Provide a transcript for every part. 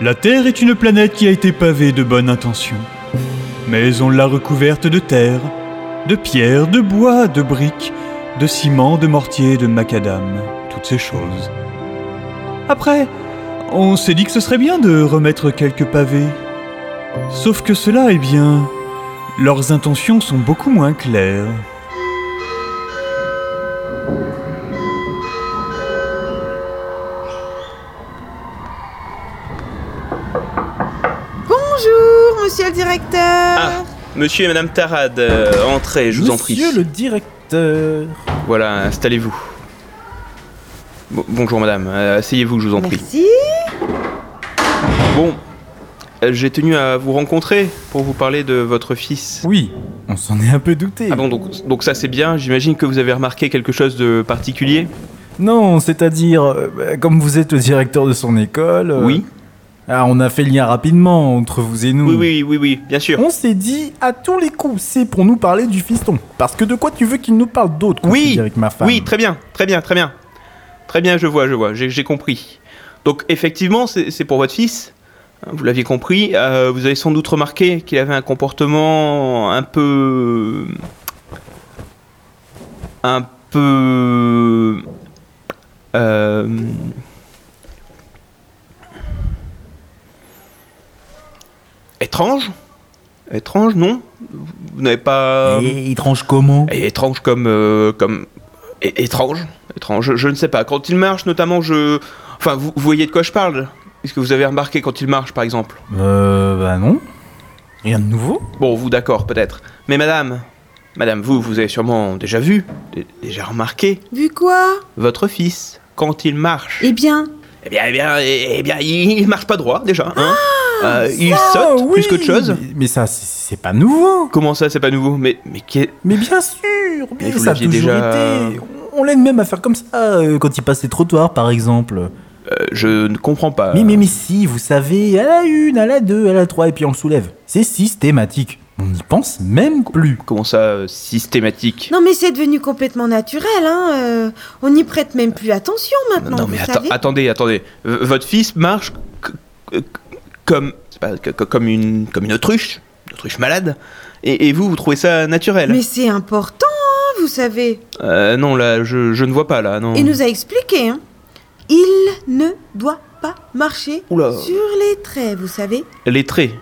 La Terre est une planète qui a été pavée de bonnes intentions. Mais on l'a recouverte de terre, de pierres, de bois, de briques, de ciment, de mortier, de macadam, toutes ces choses. Après, on s'est dit que ce serait bien de remettre quelques pavés. Sauf que cela, eh bien, leurs intentions sont beaucoup moins claires. Bonjour, monsieur le directeur. Ah. Monsieur et Madame Tarad, euh, entrez, je vous en prie. Monsieur le directeur. Voilà, installez-vous. Bon- bonjour Madame, Euh, asseyez-vous, je vous en prie. Merci. Bon, euh, j'ai tenu à vous rencontrer pour vous parler de votre fils. Oui, on s'en est un peu douté. Ah bon, donc, donc ça c'est bien, j'imagine que vous avez remarqué quelque chose de particulier Non, c'est-à-dire, euh, bah, comme vous êtes le directeur de son école. euh, Oui. Ah, on a fait le lien rapidement entre vous et nous. Oui, oui, oui, oui, bien sûr. On s'est dit, à tous les coups, c'est pour nous parler du fiston. Parce que de quoi tu veux qu'il nous parle d'autre quand Oui, tu vis avec ma femme Oui, très bien, très bien, très bien. Très bien, je vois, je vois, j'ai j'ai compris. Donc effectivement, c'est c'est pour votre fils. Hein, Vous l'aviez compris. Euh, vous avez sans doute remarqué qu'il avait un comportement un peu... Un peu... Euh... Étrange Étrange, non Vous n'avez pas... Et étrange comment Et étrange comme. euh, comme é- étrange Étrange, je, je ne sais pas. Quand il marche, notamment, je. Enfin, vous, vous voyez de quoi je parle Est-ce que vous avez remarqué quand il marche, par exemple Euh, bah non. Rien de nouveau Bon, vous, d'accord, peut-être. Mais madame Madame, vous, vous avez sûrement déjà vu, dé- déjà remarqué, Vu quoi votre fils, quand il marche. Eh bien, Eh bien, eh bien, eh bien, il il marche pas droit, déjà, hein Euh, Il Ah, saute, oui, plus qu'autre chose. Mais, mais ça, c'est- c'est pas nouveau. Comment ça, c'est pas nouveau Mais, mais qu'est- Mais bien sûr, mais Mais vous ça a l'aviez toujours déjà- été. On l'aide même à faire comme ça euh, quand il passe les trottoirs, par exemple. euh, je ne comprends pas. Mais, mais, mais si, vous savez, à la une, à la deux, à la trois, et puis on le soulève. C'est systématique. On n'y pense même plus. Comment ça, euh, systématique non mais c'est devenu complètement naturel, hein. euh, on n'y prête même plus attention maintenant. Non, vous mais atta- savez. attendez, attendez. V- votre fils marche c- c- comme, c'est pas- c- comme, une, comme une autruche, une autruche malade. Et, et vous, vous trouvez ça naturel Mais c'est important, hein, vous savez. Euh, Non, là, je, je ne vois pas, là, non. Il nous a expliqué, hein. Il ne doit pas marcher Oula. sur les traits, vous savez. Les traits.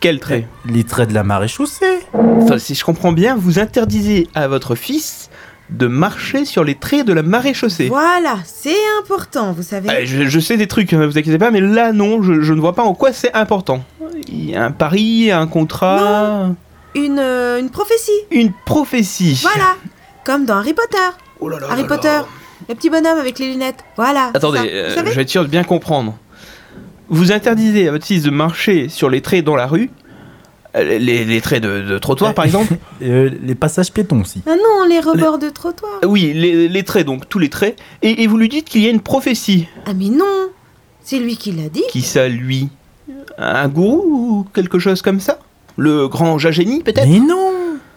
Quels traits Les traits de la marée chaussée. Enfin, Si je comprends bien, vous interdisez à votre fils de marcher sur les traits de la marée chaussée. Ah, Voilà, c'est important, vous savez. je, je sais des trucs, hein, vous inquiétez pas, mais là, non, je, je ne vois pas en quoi c'est important. Il y a un pari, un contrat, Une, euh, une prophétie. une prophétie. Voilà, comme dans Harry Potter. Oh là là Harry là là. Potter, le petit bonhomme avec les lunettes. Voilà. Attendez, Ah, ça, vous euh, savez je vais être sûr de bien comprendre. Vous interdisez à votre fils de marcher sur les traits dans la rue, euh, les, les traits de, de trottoir par exemple Euh, les passages piétons aussi. Ah non, les rebords de trottoir. Euh, Oui, les, les traits donc, tous les traits, et, et vous lui dites qu'il y a une prophétie. Ah mais non, c'est lui qui l'a dit. Qui ça, lui Un gourou ou quelque chose comme ça Le grand Jagénie peut-être Mais non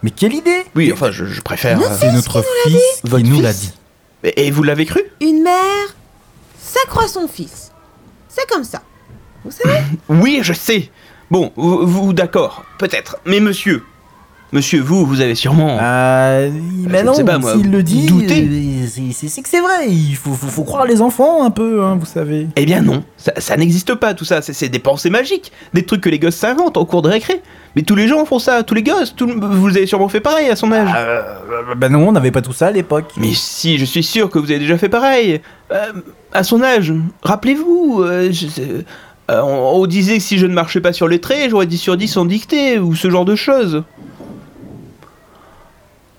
Mais quelle idée Oui, enfin, je, je préfère. euh, C'est notre fils qui Votre nous fils l'a dit. Et, et vous l'avez cru Une mère s'accroît son fils. C'est comme ça. Vous savez Oui, je sais Bon, vous, vous, d'accord, peut-être, mais monsieur, monsieur, vous, vous avez Ah, sûrement. Euh, mais je non, ne sais pas, moi, s'il le dit, douter. euh, c'est- c'est c'est que c'est vrai. Il faut, faut- faut croire les enfants un peu, hein, vous savez. Eh bien non, ça, ça n'existe pas tout ça, c'est- c'est des pensées magiques, des trucs que les gosses s'inventent en cours de récré. Mais tous les gens font ça, tous les gosses, tout le- vous avez sûrement fait pareil à son âge. Euh, bah non, on n'avait pas tout ça à l'époque. Mais si, je suis sûr que vous avez déjà fait pareil. Euh, à son âge, rappelez-vous, euh, je- euh, euh, on, on disait que si je ne marchais pas sur les traits, j'aurais 10 sur 10 en dictée, ou ce genre de choses.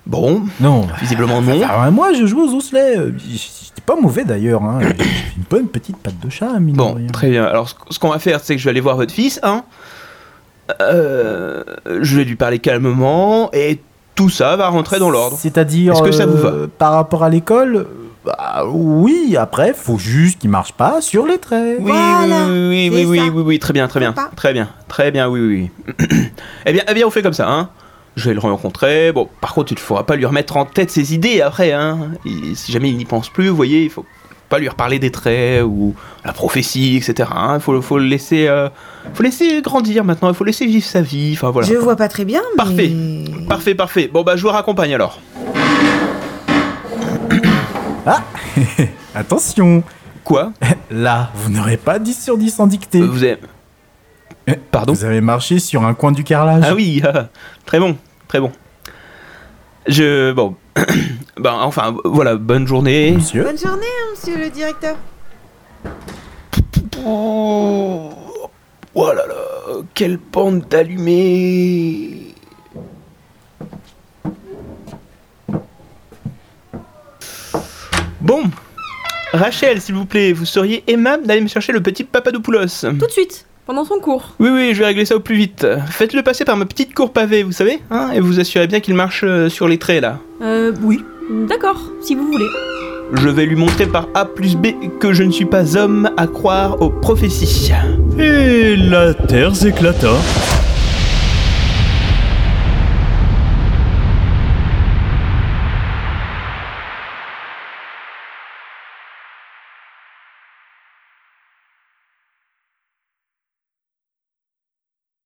Bon, Non. visiblement non. Ah, moi, je joue aux osselets. Euh, J'étais pas mauvais d'ailleurs. Hein. J'ai fait Une bonne petite patte de chat, mine de Bon, rien. très bien. Alors, ce, ce qu'on va faire, c'est que je vais aller voir votre fils, hein. Euh, je vais lui parler calmement et tout ça va rentrer dans l'ordre. C'est-à-dire. Est-ce que ça vous va euh, Par rapport à l'école euh, bah, oui, après, faut juste qu'il marche pas sur les traits. Oui, Voilà, oui, oui, oui, c'est oui, ça. oui, oui, oui, très bien, très bien, Sympa. très bien, très bien, oui, oui. oui. eh bien, eh bien, on fait comme ça, hein. Je vais le rencontrer. Bon, par contre, il ne faudra pas lui remettre en tête ses idées après, hein. Il- si jamais il n'y pense plus, vous voyez, il faut pas pas lui reparler des traits ou la prophétie, etc. Il faut, faut le laisser, euh, faut laisser grandir maintenant. Il faut laisser vivre sa vie. Enfin voilà. Je vois pas très bien, mais... Parfait. Parfait, parfait. Bon bah je vous raccompagne alors. Ah Attention Quoi Là, vous n'aurez pas 10 sur 10 en dictée. Euh, Vous avez Eh, Pardon Vous avez marché sur un coin du carrelage. Ah oui, ah, très bon, très bon. Je bon, ben enfin voilà, bonne journée. Monsieur Bonne journée, hein, monsieur le directeur. Oh, oh là là, quelle bande d'allumés Bon, Rachel, s'il vous plaît, vous seriez aimable d'aller me chercher le petit Papadopoulos. Tout de suite, pendant son cours. Oui, oui, je vais régler ça au plus vite. Faites-le passer par ma petite cour pavée, vous savez, hein, et vous assurez bien qu'il marche euh, sur les traits là. Euh, oui. D'accord, si vous voulez. Je vais lui montrer par A plus B que je ne suis pas homme à croire aux prophéties. Et la terre s'éclata.